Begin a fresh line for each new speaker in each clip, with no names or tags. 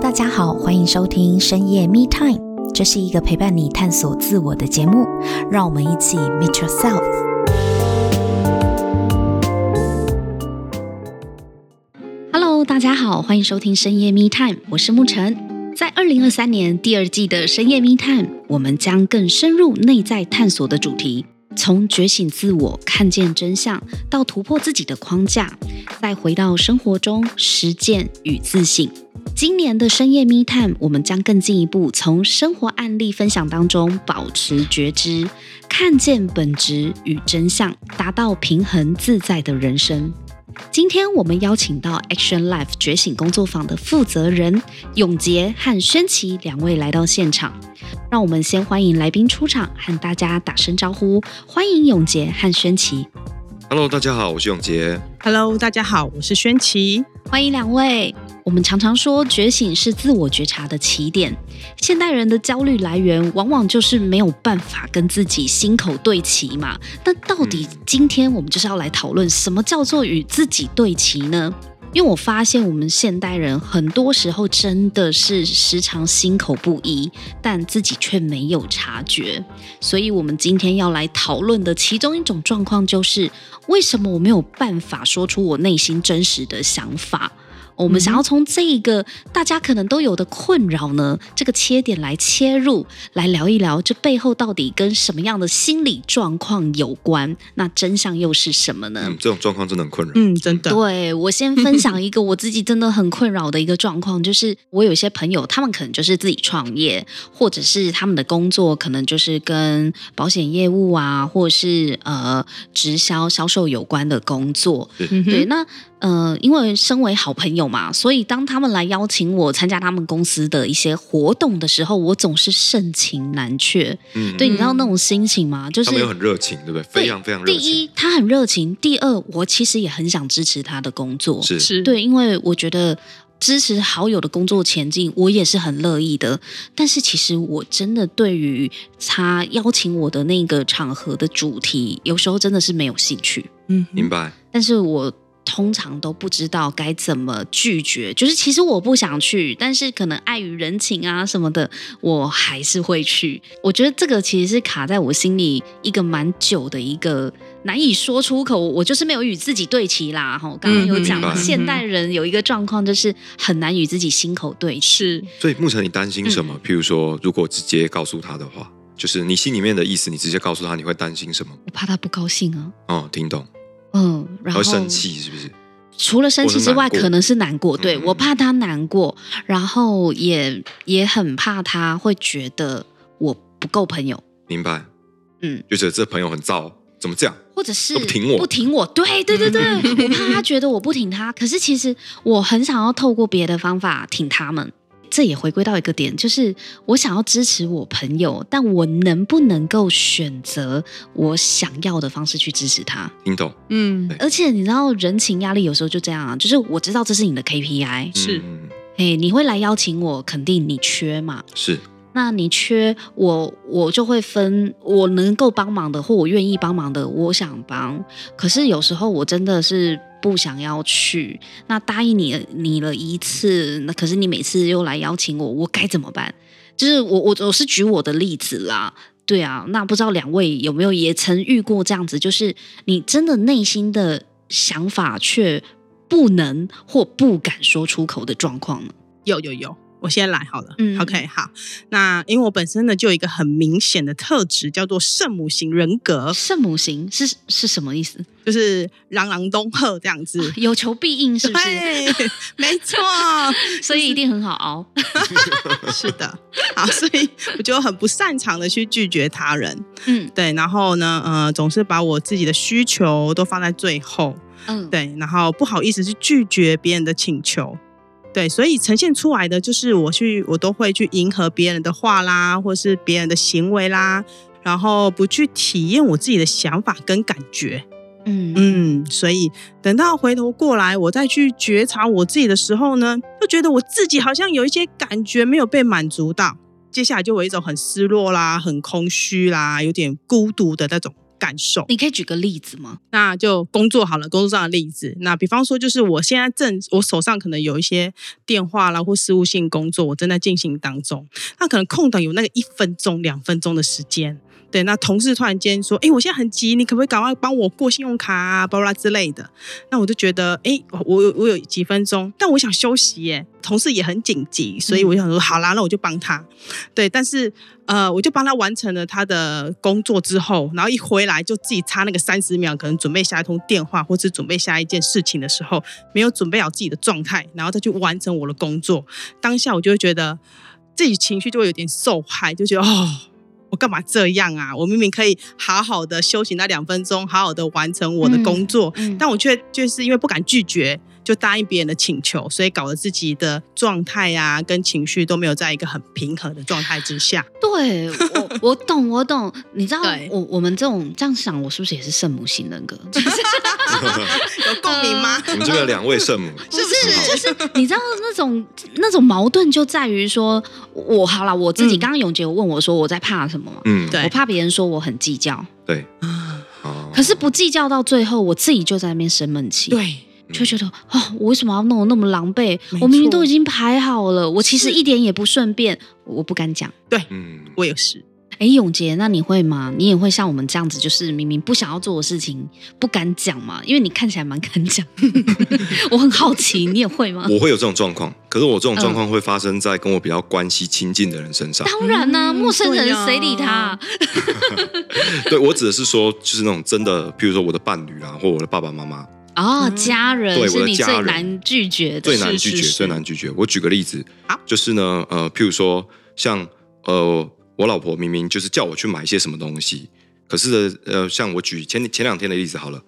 大家好，欢迎收听深夜 Me Time，这是一个陪伴你探索自我的节目，让我们一起 Meet Yourself。Hello，大家好，欢迎收听深夜 Me Time，我是沐晨。在二零二三年第二季的深夜密探，我们将更深入内在探索的主题，从觉醒自我、看见真相，到突破自己的框架，再回到生活中实践与自省。今年的深夜密探，我们将更进一步从生活案例分享当中保持觉知，看见本质与真相，达到平衡自在的人生。今天我们邀请到 Action Life 觉醒工作坊的负责人永杰和宣琪两位来到现场，让我们先欢迎来宾出场，和大家打声招呼。欢迎永杰和宣琪，
Hello，大家好，我是永杰。
Hello，大家好，我是宣琪。
欢迎两位。我们常常说，觉醒是自我觉察的起点。现代人的焦虑来源，往往就是没有办法跟自己心口对齐嘛。那到底今天我们就是要来讨论，什么叫做与自己对齐呢？因为我发现我们现代人很多时候真的是时常心口不一，但自己却没有察觉。所以，我们今天要来讨论的其中一种状况，就是为什么我没有办法说出我内心真实的想法。我们想要从这一个大家可能都有的困扰呢，这个切点来切入，来聊一聊这背后到底跟什么样的心理状况有关？那真相又是什么呢？
嗯，这种状况真的很困扰。
嗯，真的，
对我先 分享一个我自己真的很困扰的一个状况，就是我有一些朋友，他们可能就是自己创业，或者是他们的工作可能就是跟保险业务啊，或者是呃直销销售有关的工作。
嗯
对，
哼，
那呃，因为身为好朋友嘛，所以当他们来邀请我参加他们公司的一些活动的时候，我总是盛情难却。
嗯，
对，你知道那种心情吗？就是
他们又很热情，对不对？
对
非常非常热
第
情。
一，他很热情；第二，我其实也很想支持他的工作。
是
是，
对，因为我觉得支持好友的工作前进，我也是很乐意的。但是其实我真的对于他邀请我的那个场合的主题，有时候真的是没有兴趣。
嗯哼，
明白。
但是我通常都不知道该怎么拒绝，就是其实我不想去，但是可能碍于人情啊什么的，我还是会去。我觉得这个其实是卡在我心里一个蛮久的一个难以说出口，我就是没有与自己对齐啦。哈，刚刚有讲嘛，
嗯明白
现代人有一个状况就是很难与自己心口对齐。
是，
所以沐晨，你担心什
嗯
么？譬如说，如果直接告诉他的话，就是你心里面的意思，你直接告诉他，你会担心什么？
我怕他不高兴啊。
哦，听懂，
嗯，然
他
后
会生气是不是？
除了生气之外，
或者难过
可能是难过。对、
嗯
我怕他难过，然后也也很怕他会觉得我不够朋友，
明白。
嗯，
就觉得这朋友很糟，怎么这样？
或者是
都不挺我
不挺我。对对对对， 我怕他觉得我不挺他。可是其实我很想要透过别的方法挺他们。这也回归到一个点，就是我想要支持我朋友，但我能不能够选择我想要的方式去支持他？
听懂？
嗯
对
而且你知道，人情压力有时候就这样啊，就是我知道这是你的 KPI，
是
嗯、
哎，你会来邀请我，肯定你缺嘛。
是
那你缺我，我就会分我能够帮忙的或我愿意帮忙的，我想帮。可是有时候我真的是不想要去。那答应你你了一次，那可是你每次又来邀请我，我该怎么办？就是我我我是举我的例子啦。对啊，那不知道两位有没有也曾遇过这样子，就是你真的内心的想法却不能或不敢说出口的状况呢？
有有有，我先来好了。
嗯
o k 好。那因为我本身呢就有一个很明显的特质，叫做圣母型人格，
圣母型是是什么意思？
就是朗朗东赫这样子。
有求必应是不啊是？
对，没错，
所以一定很好熬。
是的，好，所以我就很不擅长的去拒绝他人，
嗯
对，然后呢，呃，总是把我自己的需求都放在最后，
嗯，
对，然后不好意思去拒绝别人的请求，对，所以呈现出来的就是我去，我都会去迎合别人的话啦，或是别人的行为啦，然后不去体验我自己的想法跟感觉，
嗯嗯
嗯，所以等到回头过来，我再去觉察我自己的时候呢，就觉得我自己好像有一些感觉没有被满足到，接下来就有一种很失落啦、很空虚啦、有点孤独的那种感受。
你可以举个例子吗？
那就工作好了，工作上的例子，那比方说就是我现在正我手上可能有一些电话啦或事务性工作，我正在进行当中，那可能空档有那个一分钟、两分钟的时间。对，那同事突然间说：“哎，我现在很急，你可不可以赶快帮我过信用卡啊，巴拉之类的？”那我就觉得，哎，我我有我有几分钟，但我想休息耶。同事也很紧急，所以我就想说，好啦，那我就帮他。对，但是呃，我就帮他完成了他的工作之后，然后一回来就自己差那个三十秒，可能准备下一通电话或是准备下一件事情的时候，没有准备好自己的状态，然后再去完成我的工作。当下我就会觉得自己情绪就会有点受害，就觉得哦。我干嘛这样啊？我明明可以好好的休息那两分钟，好好的完成我的工作，
嗯
但我却就是因为不敢拒绝，就答应别人的请求，所以搞得自己的状态啊跟情绪都没有在一个很平衡的状态之 下。
对我，我懂，我懂。你知道
对，
我我们这种这样想，我是不是也是圣母型人格？
有共鸣吗？
我们这边有两位圣母，嗯
不 是，就是你知道那种那种矛盾就在于说，我好了，我自己
嗯
刚刚永杰有问我说我在怕什么嘛，
嗯，
对
我怕别人说我很计较，
对，
啊
哦
可是不计较到最后，我自己就在那边生闷气，，
对，
嗯
就觉得哦，我为什么要弄得那么狼狈
没？错
我明明都已经排好了，我其实一点也不顺便，我不敢讲。
嗯，
我也是。
哎，永杰，那你会吗？你也会像我们这样子，就是明明不想要做的事情不敢讲嘛？因为你看起来蛮敢 讲，我很好奇，你也会吗？
我会有这种状况，可是我这种
嗯
状况会发生在跟我比较关系亲近的人身上。
当然啦、
嗯
陌生
对
人
呀
谁理他啊？
对我指的是说，就是那种真的，譬如说我的伴侣啊，或我的爸爸妈妈，
哦，
嗯
家人
对
是
我的
你
家
最
人
难拒绝的
最
事，
难
是
拒
是
绝，
是
最难拒绝。我举个例子
好，
就是呢，呃，譬如说，像呃，我老婆明明就是叫我去买一些什么东西，可是呢呃，像我举前前两天的例子好了，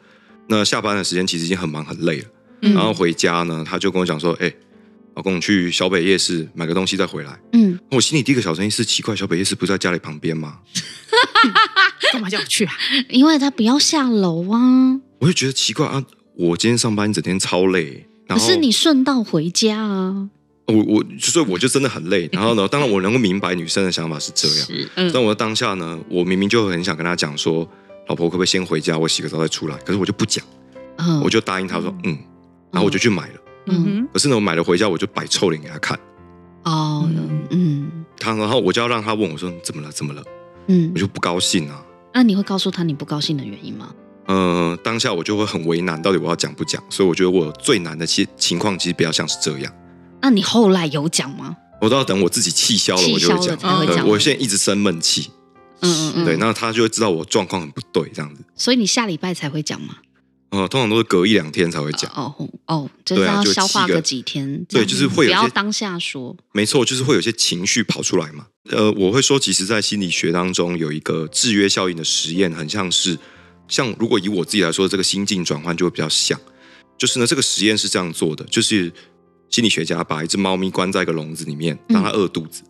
那下班的时间其实已经很忙很累了，
嗯
然后回家呢，她就跟我讲说，哎、老公，你去小北夜市买个东西再回来。
嗯，
我心里第一个小声音是：奇怪，小北夜市不是在家里旁边吗？
干嘛叫我去 啊？
因为他不要下楼啊，
我就觉得奇怪啊，我今天上班一整天超累，然
可
后
是你顺道回家啊，
我我所以我就真的很累。然后呢，当然我能够明白女生的想法是这样，
是嗯
但我当下呢，我明明就很想跟她讲说，老婆可不可以先回家，我洗个澡再出来？可是我就不讲，
嗯
我就答应她说嗯，然后我就去买了。
嗯
可是呢，我买了回家我就摆臭脸给她看，
哦
嗯
嗯
她然后我就要让她问我说怎么了怎么了，
嗯
我，就不高兴啊。
那你会告诉他你不高兴的原因吗？
嗯、当下我就会很为难，到底我要讲不讲？所以我觉得我最难的其情况其实比较像是这样。
那你后来有讲吗？
我都要等我自己气消了，我就
气消
会
了
讲。
才
会
对
讲
我现在一直生闷气，
嗯嗯嗯，
对，那他就会知道我状况很不对，这样子。
所以你下礼拜才会讲吗？
呃，通常都是隔一两天才会讲。
哦哦，就是
对啊
要
就
消化
七个
个几天，这
对，
样嗯
就是会
不
有一
要
些，
当下说，
没错，就是会有一些情绪跑出来嘛。呃，我会说，其实，在心理学当中有一个制约效应的实验，很像是，像如果以我自己来说，这个心境转换就会比较像。就是呢，这个实验是这样做的，就是心理学家把一只猫咪关在一个笼子里面，让它饿肚子，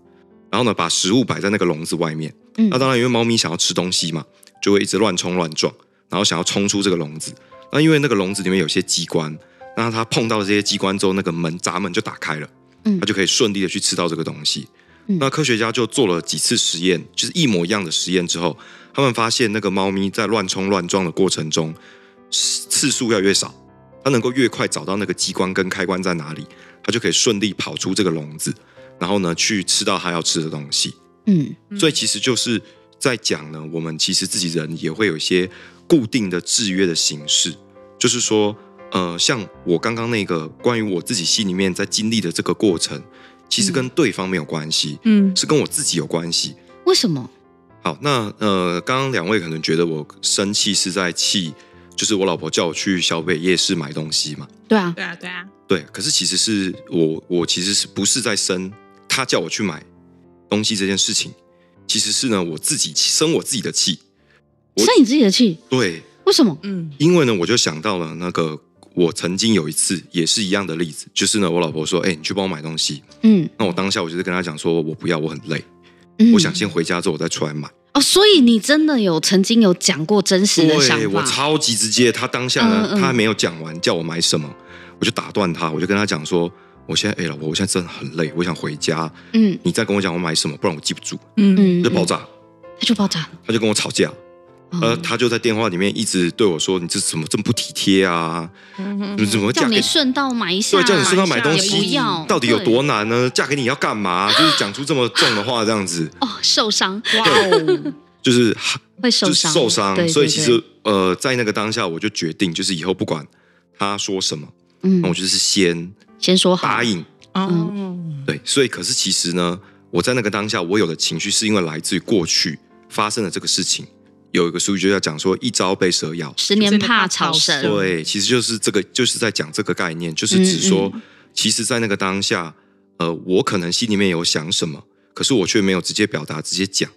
然后呢，把食物摆在那个笼子外面。
嗯
那当然，因为猫咪想要吃东西嘛，就会一直乱冲乱撞，然后想要冲出这个笼子。那因为那个笼子里面有些机关，那它碰到这些机关之后，那个门闸门就打开了，
嗯
它就可以顺利的去吃到这个东西。
嗯
那科学家就做了几次实验，就是一模一样的实验之后，他们发现那个猫咪在乱冲乱撞的过程中，次数越来越少，它能够越快找到那个机关跟开关在哪里，它就可以顺利跑出这个笼子，然后呢去吃到它要吃的东西。
嗯
所以其实就是在讲呢，我们其实自己人也会有一些固定的制约的形式，就是说，呃，像我刚刚那个关于我自己心里面在经历的这个过程，其实跟对方没有关系，
嗯
是跟我自己有关系。
为什么？
好，那呃，刚刚两位可能觉得我生气是在气，就是我老婆叫我去小北夜市买东西嘛，
对啊，
对啊对啊，
对，可是其实是我，我其实是不是在生他叫我去买东西这件事情，其实是呢我自己生我自己的气。我
生你自己的气，
对，
为什么？
嗯
因为呢我就想到了那个我曾经有一次也是一样的例子，就是呢我老婆说：“哎、你去帮我买东西。
嗯”
那我当下我就是跟她讲说：“我不要，我很累，
嗯，
我想先回家之后我再出来买。
哦，所以你真的有曾经有讲过真实的想
对，
法？
我超级直接。她当下呢，
嗯嗯
她还没有讲完叫我买什么，我就打断她，我就跟她讲说：“我现在哎、老婆，我现在真的很累，我想回家。”
嗯
你再跟我讲我买什么，不然我记不住，
嗯
嗯，
就爆炸。
他就爆炸了。哦
他就跟我吵架，呃，他就在电话里面一直对我说：“你这怎么这么不体贴啊？
嗯
你怎么
嗯叫
嫁给
你顺道买一下，
哎对叫你顺道买东
也不
西
要，
到底有
对
多难呢？嫁给你要干嘛？”就是讲出这么重的话，这样子
哦受伤
哇哦，
就是
会受
就是
伤，
受伤。
对
所以
对
其
对
实呃，在那个当下，我就决定，就是以后不管他说什么，
嗯
那我，就是先
先说好
答应。
哦，
嗯
对，所以可是其实呢，我在那个当下，我有的情绪是因为来自于过去发生的这个事情。有一个俗语就要讲说“一朝被蛇咬”，
十年怕草
十年
绳，
对，其实就是这个，就是在讲这个概念，
嗯
就是指说，其实，在那个当下，呃，我可能心里面有想什么，可是我却没有直接表达，直接讲。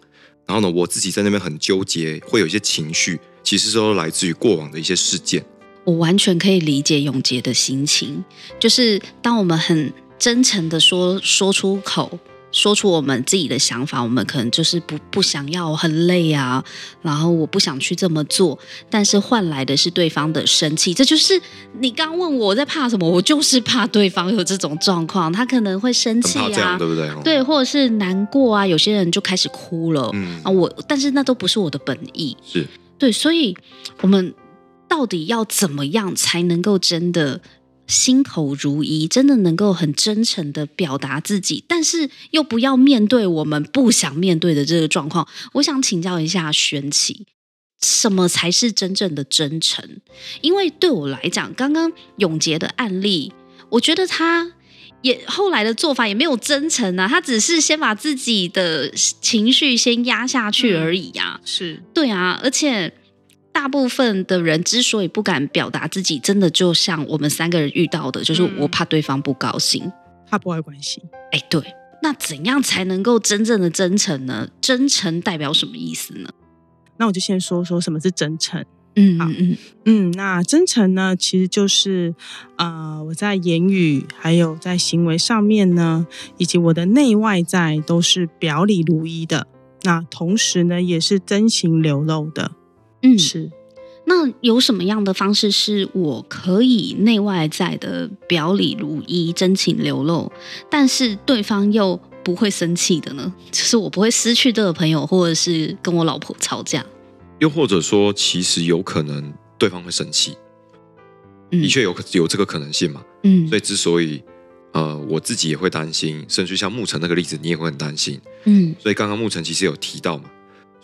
然后呢，我自己在那边很纠结，会有一些情绪，其实都来自于过往的一些事件。
我完全可以理解永杰的心情，就是当我们很真诚的说说出口。说出我们自己的想法，我们可能就是不不想要，很累啊，然后我不想去这么做，但是换来的是对方的生气，这就是你刚问我在怕什么，我就是怕对方有这种状况，他可能会生
很
气
怕这样，
啊，
对不对？哦，
对，或者是难过啊，有些人就开始哭了、
嗯
啊，，我但是那都不是我的本意，
是
对，所以我们到底要怎么样才能够真的心口如一，真的能够很真诚的表达自己，但是又不要面对我们不想面对的这个状况？我想请教一下玄奇。什么才是真正的真诚？因为对我来讲，刚刚永杰的案例，我觉得他也后来的做法也没有真诚啊，他只是先把自己的情绪先压下去而已呀、
是
对啊，而且大部分的人之所以不敢表达自己，真的就像我们三个人遇到的，就是
嗯
我怕对方不高兴。
怕破坏关系。
哎、对，那怎样才能够真正的真诚呢？真诚代表什么意思呢？
那我就先说说什么是真诚。
嗯
好
嗯嗯，
嗯，那真诚呢，其实就是呃，我在言语还有在行为上面呢，以及我的内外在都是表里如一的。那同时呢，也是真情流露的。
嗯
是，
那有什么样的方式是我可以内外在的表里如一、真情流露，但是对方又不会生气的呢？ 就是我不会失去这个朋友，或者是跟我老婆吵架。
又或者说，其实有可能对方会生气，
嗯
的，确有可有这个可能性嘛。
嗯
所以之所以，呃，我自己也会担心，甚至像牧尘那个例子，你也会很担心。
嗯
所以刚刚牧尘其实有提到嘛，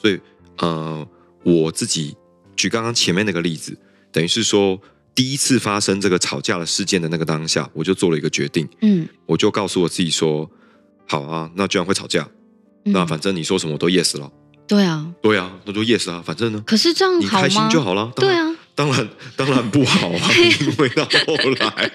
所以呃，我自己举刚刚前面那个例子，等于是说第一次发生这个吵架的事件的那个当下，我就做了一个决定，
嗯，
我就告诉我自己说，好啊，那居然会吵架，
嗯
那反正你说什么我都 yes 了，
对啊，
对啊，那就 yes 啊，反正呢，
可是这样
你
好吗？
开心就好了，当
对
然
啊，
当然，当然不好 啊，因为到后来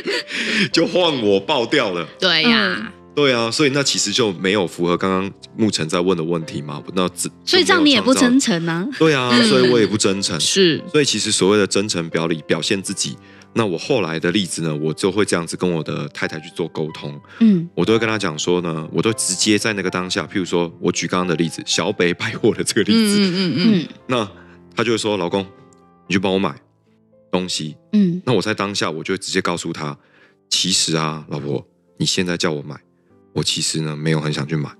就换我爆掉了。
对
呀
对啊，所以那其实就没有符合刚刚沐晨在问的问题嘛。那只
所以这样你也不真。诚啊。
对啊，
嗯
所以我也不真诚。
是
所以其实所谓的真诚表里表现自己，那我后来的例子呢，我就会这样子跟我的太太去做沟通，
嗯
我都会跟她讲说呢，我都直接在那个当下，譬如说我举刚刚的例子，小北百货的这个例子，
嗯嗯嗯
嗯
那她就会说，老公，你去帮我买东西，
嗯
那我在当下我就会直接告诉他，其实啊，老婆，你现在叫我买，我其实呢没有很想去买。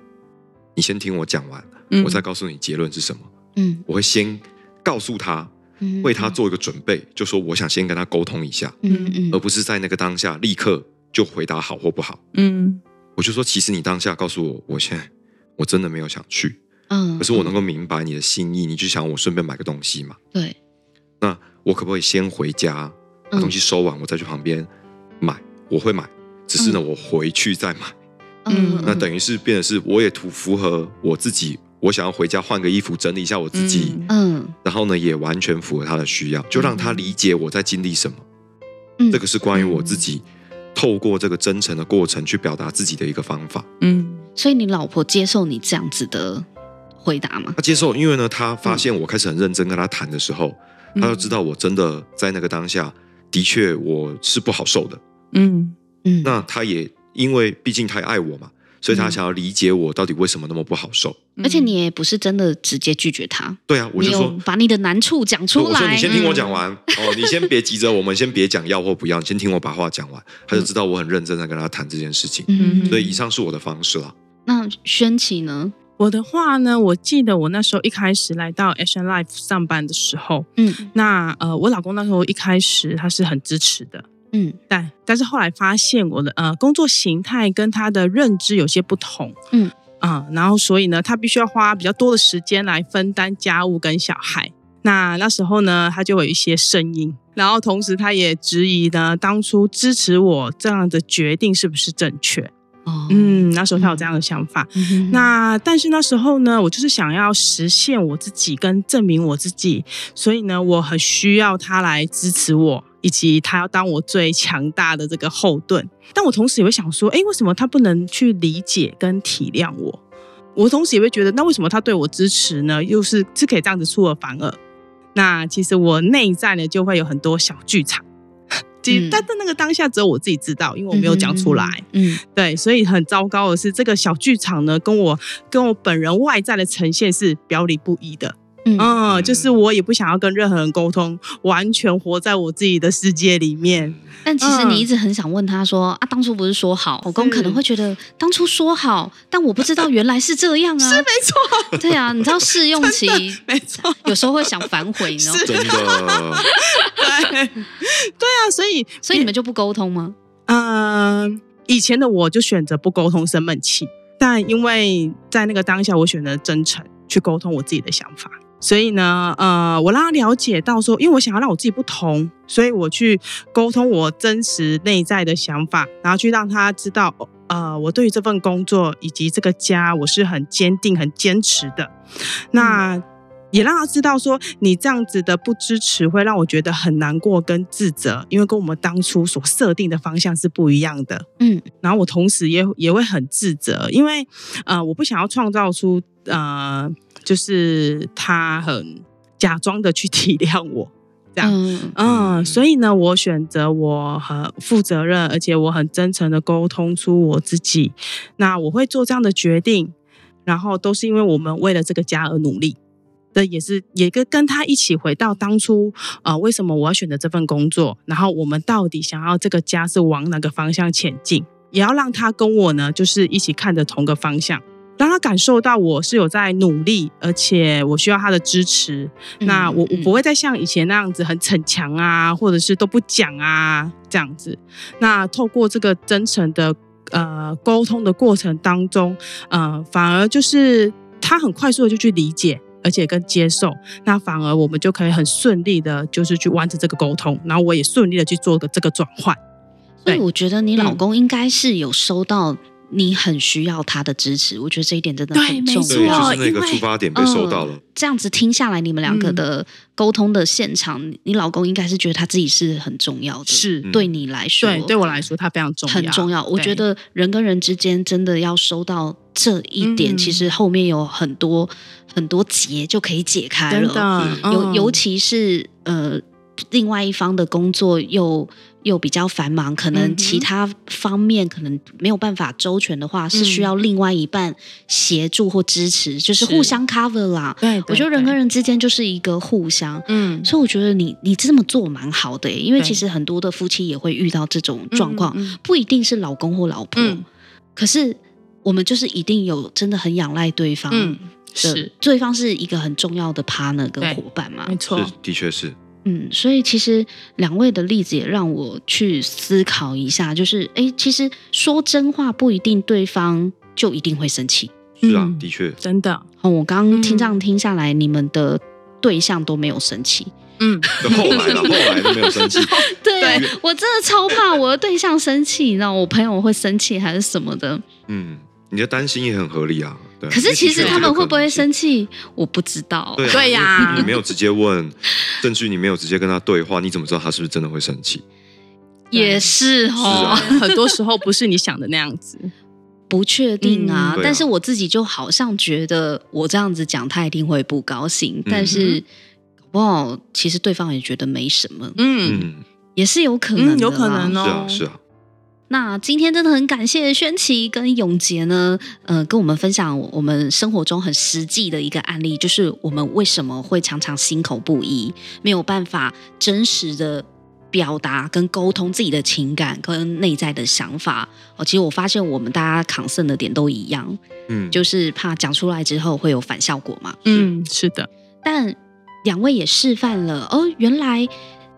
你先听我讲完，
嗯
我再告诉你结论是什么。
嗯
我会先告诉他，
嗯，
为他做一个准备，就说我想先跟他沟通一下，
嗯嗯
而不是在那个当下立刻就回答好或不好。
嗯
我就说，其实你当下告诉我，我现在我真的没有想去，
嗯，
可是我能够明白你的心意，你就想我顺便买个东西嘛。
对，
那我可不可以先回家，把
嗯
东西收完，我再去旁边买？我会买，只是呢，我回去再买。
嗯
那等于是变得是，我也图符合我自己，我想要回家换个衣服，整理一下我自己，
啊
嗯
然后呢，也完全符合他的需要，就让他理解我在经历什么。
嗯
这个是关于我自己透过这个真诚的过程去表达自己的一个方法。
嗯
所以你老婆接受你这样子的回答吗？
他接受，因为呢，他发现我开始很认真跟他谈的时候，
嗯
他就知道我真的在那个当下，的确我是不好受的。
嗯
嗯，
那他也因为毕竟他也爱我嘛，所以他想要理解我到底为什么那么不好受。
嗯
而且你也不是真的直接拒绝他，
对啊，我就
你
说
有，把你的难处讲出
我说
来。啊嗯
你先听我讲完、哦，你先别急着，我们先别讲要或不要，你先听我把话讲完， 他就知道我很认真的跟他谈这件事情。
嗯，
所以以上是我的方式啦。
那宣琪呢？
我的话呢，我记得我那时候一开始来到 Action Life 上班的时候，
嗯
那呃，我老公那时候一开始他是很支持的，
嗯
但但是后来发现我的呃工作形态跟他的认知有些不同，
嗯
啊、然后所以呢，他必须要花比较多的时间来分担家务跟小孩。那那时候呢，他就有一些声音，然后同时他也质疑呢，当初支持我这样的决定是不是正确？
哦
嗯，那时候他有这样的想法。
嗯哼
那但是那时候呢，我就是想要实现我自己跟证明我自己，所以呢，我很需要他来支持我，以及他要当我最强大的这个后盾。但我同时也会想说，诶，为什么他不能去理解跟体谅我？我同时也会觉得，那为什么他对我支持呢？又是是可以这样子出尔反尔？那其实我内在呢就会有很多小剧场，其实、
嗯
但但那个当下只有我自己知道，因为我没有讲出来。，
嗯
对，所以很糟糕的是，这个小剧场呢，跟我跟我本人外在的呈现是表里不一的。
嗯嗯
嗯，就是我也不想要跟任何人沟通，完全活在我自己的世界里面。
但其实
嗯
你一直很想问他说啊，当初不是说好？老公可能会觉得当初说好，但我不知道原来是这样啊。是没错， 对啊，你知道试用期
没错，
有时候会想反悔，你知道吗？
是
真的，
对， 对啊，所以，
所以你们就不沟通吗？
嗯、以前的我就选择不沟通生闷气，但因为在那个当下，我选择真诚去沟通我自己的想法。所以呢，呃，我让他了解到说，因为我想要让我自己不同，所以我去沟通我真实内在的想法，然后去让他知道，哦呃，我对于这份工作以及这个家，我是很坚定、很坚持的。那也让他知道说，你这样子的不支持会让我觉得很难过跟自责，因为跟我们当初所设定的方向是不一样的。
嗯
然后我同时也也会很自责，因为呃，我不想要创造出呃，就是他很假装的去体谅我，这样
嗯
嗯，
嗯
所以呢，我选择我很负责任，而且我很真诚的沟通出我自己。那我会做这样的决定，然后都是因为我们为了这个家而努力。这也是也跟跟他一起回到当初，呃，为什么我要选择这份工作？然后我们到底想要这个家是往哪个方向前进？也要让他跟我呢，就是一起看着同个方向，让他感受到我是有在努力，而且我需要他的支持，那我我
会
不会再像以前那样子很逞强啊，或者是都不讲啊这样子。那透过这个真诚的呃沟通的过程当中，呃，反而就是他很快速的就去理解。而且跟接受，那反而我们就可以很顺利的，就是去完成这个沟通，然后我也顺利的去做个这个转换。
所以
对嗯
我觉得你老公应该是有收到你很需要他的支持，我觉得这一点真的很重
对没
对，
错
要。
就是那
因
个
为
出发点被收到了
嗯。这样子听下来，你们两个
嗯
的沟通的现场，你老公应该是觉得他自己是很重要的，
是
嗯
对你来说，
对，对我来说，它非常重要，
很重要。我
对
觉得人跟人之间真的要收到这一点，
嗯
其实后面有很多很多结就可以解开
真
了。
的，
嗯
尤、
嗯
尤其是呃，另外一方的工作又又比较繁忙，可
嗯
能
哼
其他方面可能没有办法周全的话，是需要另外一半协助或支持，就是
嗯是
互相 cover 啦。
对，对
我觉得人
对
跟人之间就是一个互相，
嗯
所以我觉得你你这么做蛮好的耶，欸因为
对
其实很多的夫妻也会遇到这种状况，
嗯嗯嗯
不一定是老公或老婆，
嗯
可是我们就是一定有真的很仰赖对方，
嗯
的
是
对方是一个很重要的 partner 跟
对
伙伴嘛
没，错
是，，的确是，
嗯，所以其实两位的例子也让我去思考一下，就是哎，其实说真话不一定对方就一定会生气。
是啊
嗯，
的确，
真的，
哦，我刚刚听
嗯
这样听下来，你们的对象都没有生气，
嗯，
后来 了，后来都没有生气，
对
对
我真的超怕我的对象生气，你知道我朋友会生气还是什么的。
嗯，你的担心也很合理啊。对啊
可是其实
因为的确有
他
这
们
个
会不
可
会
能性
生气，我不知道。
对啊
对呀
因为你没有直接问，甚至你没有直接跟他对话，你怎么知道他是不是真的会生气？
也是
是
哦
啊，
很多时候不是你想的那样子。
不确定啊
嗯。对啊
但是我自己就好像觉得我这样子讲，他一定会不高兴。但
嗯
是搞不好其实对方也觉得没什么，
嗯，
嗯，
也是有可能的啦，
嗯有可能哦
是啊，是啊，
那今天真的很感谢宣琪跟永杰呢，呃，跟我们分享我们生活中很实际的一个案例，就是我们为什么会常常心口不一，没有办法真实的
表达跟沟通自己的情感跟内在的想法。哦，其实我发现我们大家 concern 的点都一样，
嗯，
就是怕讲出来之后会有反效果嘛。
嗯，是的，
但两位也示范了哦，原来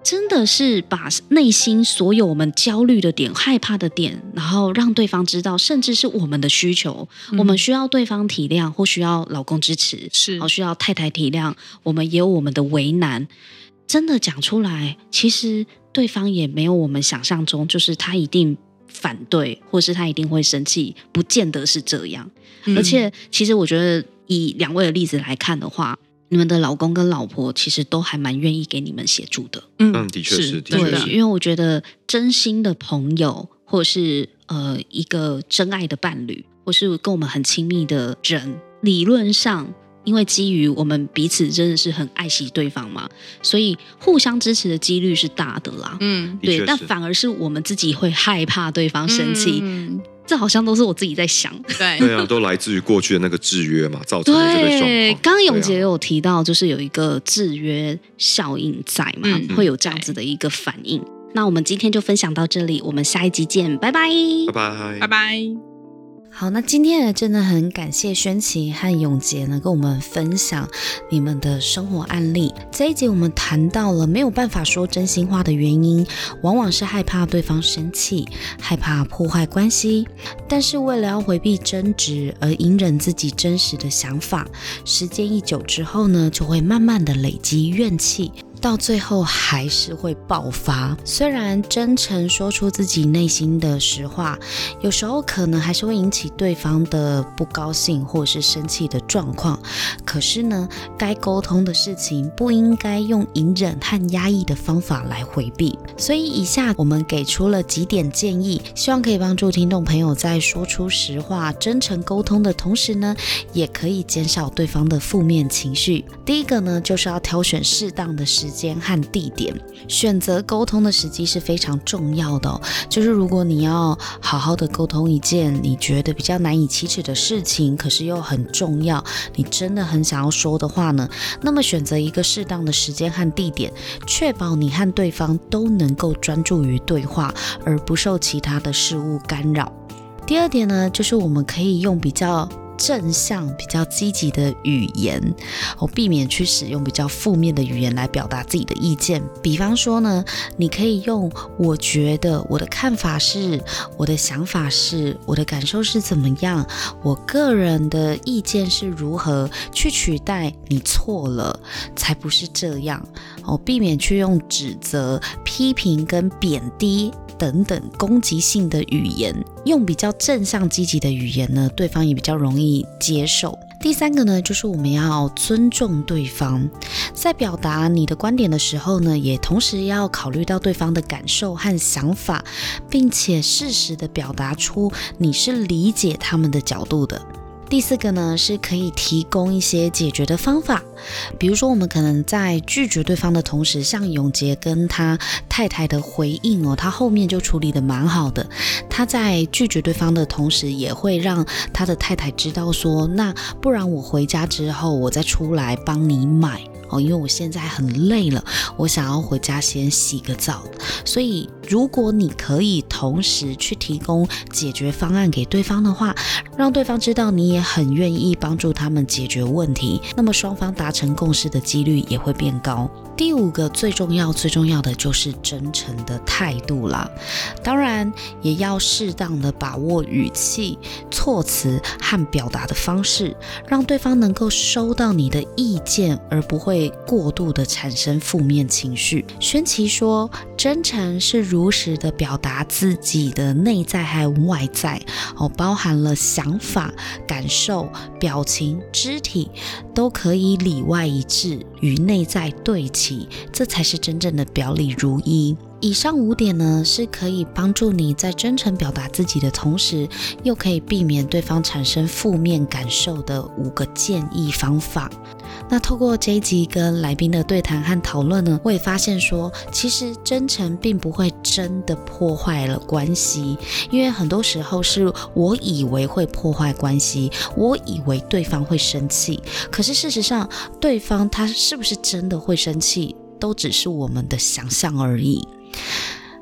真的是把内心所有我们焦虑的点、害怕的点，然后让对方知道，甚至是我们的需求，我们需要对方体谅，或需要老公支持，
是
哦，需要太太体谅，我们也有我们的为难，真的讲出来，其实对方也没有我们想象中，就是他一定。反对，或是他一定会生气，不见得是这样。
嗯
而且，其实我觉得以两位的例子来看的话，你们的老公跟老婆其实都还蛮愿意给你们协助的。
嗯
嗯的确是的确
对
是
的，，
因为我觉得真心的朋友，或是呃一个真爱的伴侣，或是跟我们很亲密的人，理论上。因为基于我们彼此真的是很爱惜对方嘛，所以互相支持的几率是大的啦。
嗯，
的确
对，
是
但反而是我们自己会害怕对方生气，
嗯
这好像都是我自己在想。
对，
对啊，都来自于过去的那个制约嘛，造成的这个状
对，
况。
刚刚永杰
对啊
有提到，就是有一个制约效应在嘛，
嗯
会有这样子的一个反应。那我们今天就分享到这里，我们下一集见，拜拜。
拜拜，
拜拜。
好，那今天呢，真的很感谢轩琪和永杰呢，跟我们分享你们的生活案例。这一集我们谈到了没有办法说真心话的原因，往往是害怕对方生气，害怕破坏关系。但是为了要回避争执而隐忍自己真实的想法，时间一久之后呢，就会慢慢的累积怨气。到最后还是会爆发。虽然真诚说出自己内心的实话，有时候可能还是会引起对方的不高兴或者是生气的状况。可是呢，该沟通的事情不应该用隐忍和压抑的方法来回避。所以，以下我们给出了几点建议，希望可以帮助听众朋友在说出实话、真诚沟通的同时呢，也可以减少对方的负面情绪。第一个呢，就是要挑选适当的时间和地点，选择沟通的时机是非常重要的哦、就是如果你要好好的沟通一件你觉得比较难以启齿的事情，可是又很重要，你真的很想要说的话呢，那么选择一个适当的时间和地点，确保你和对方都能够专注于对话，而不受其他的事物干扰。第二点呢，就是我们可以用比较。正向、比较积极的语言，哦，避免去使用比较负面的语言来表达自己的意见。比方说呢，你可以用“我觉得”“我的看法是”“我的想法是”“我的感受是怎么样”“我个人的意见是如何”去取代“你错了”，才不是这样哦。避免去用指责、批评跟贬低。等等攻击性的语言，用比较正向积极的语言呢，对方也比较容易接受。第三个呢，就是我们要尊重对方，在表达你的观点的时候呢，也同时要考虑到对方的感受和想法，并且适时的表达出你是理解他们的角度的。第四个呢，是可以提供一些解决的方法，比如说我们可能在拒绝对方的同时，像永杰跟他太太的回应哦，他后面就处理的蛮好的。他在拒绝对方的同时，也会让他的太太知道说，那不然我回家之后，我再出来帮你买哦，因为我现在很累了，我想要回家先洗个澡。所以，如果你可以同时去提供解决方案给对方的话，让对方知道你也很愿意帮助他们解决问题，那么双方达成共识的几率也会变高。第五个最重要、最重要的就是真诚的态度啦，当然也要适当的把握语气、措辞和表达的方式，让对方能够收到你的意见，而不会过度的产生负面情绪。宣琪说，真诚是如实的表达自己的内在和外在，哦，包含了想法、感受、表情、肢体，都可以里外一致，与内在对齐，这才是真正的表里如一。以上五点呢，是可以帮助你在真诚表达自己的同时，又可以避免对方产生负面感受的五个建议方法。那透过这一集跟来宾的对谈和讨论呢，我也发现说，其实真诚并不会真的破坏了关系，因为很多时候是我以为会破坏关系，我以为对方会生气，可是事实上，对方他是不是真的会生气，都只是我们的想象而已。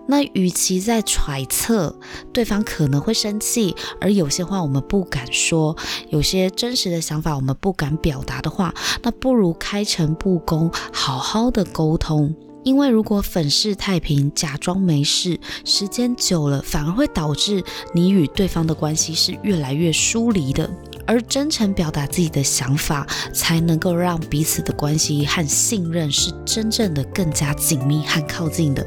那与其在揣测对方可能会生气，而有些话我们不敢说，有些真实的想法我们不敢表达的话，那不如开诚布公，好好的沟通。因为如果粉饰太平，假装没事，时间久了反而会导致你与对方的关系是越来越疏离的。而真诚表达自己的想法，才能够让彼此的关系和信任是真正的更加紧密和靠近的。